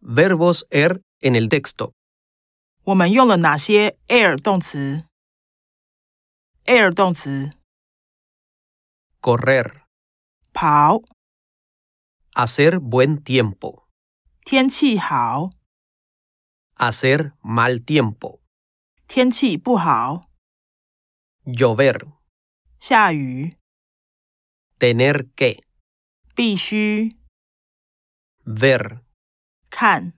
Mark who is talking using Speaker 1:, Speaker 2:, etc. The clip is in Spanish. Speaker 1: verbos er en el texto.
Speaker 2: 我们用了哪些 air 动词？air 动词
Speaker 1: Correr,
Speaker 2: 跑，
Speaker 1: hacer buen tiempo,
Speaker 2: 天气好，
Speaker 1: hacer mal tiempo,
Speaker 2: 天气不好，
Speaker 1: llover,
Speaker 2: 下雨，
Speaker 1: tener que,
Speaker 2: 必须
Speaker 1: ver,
Speaker 2: 看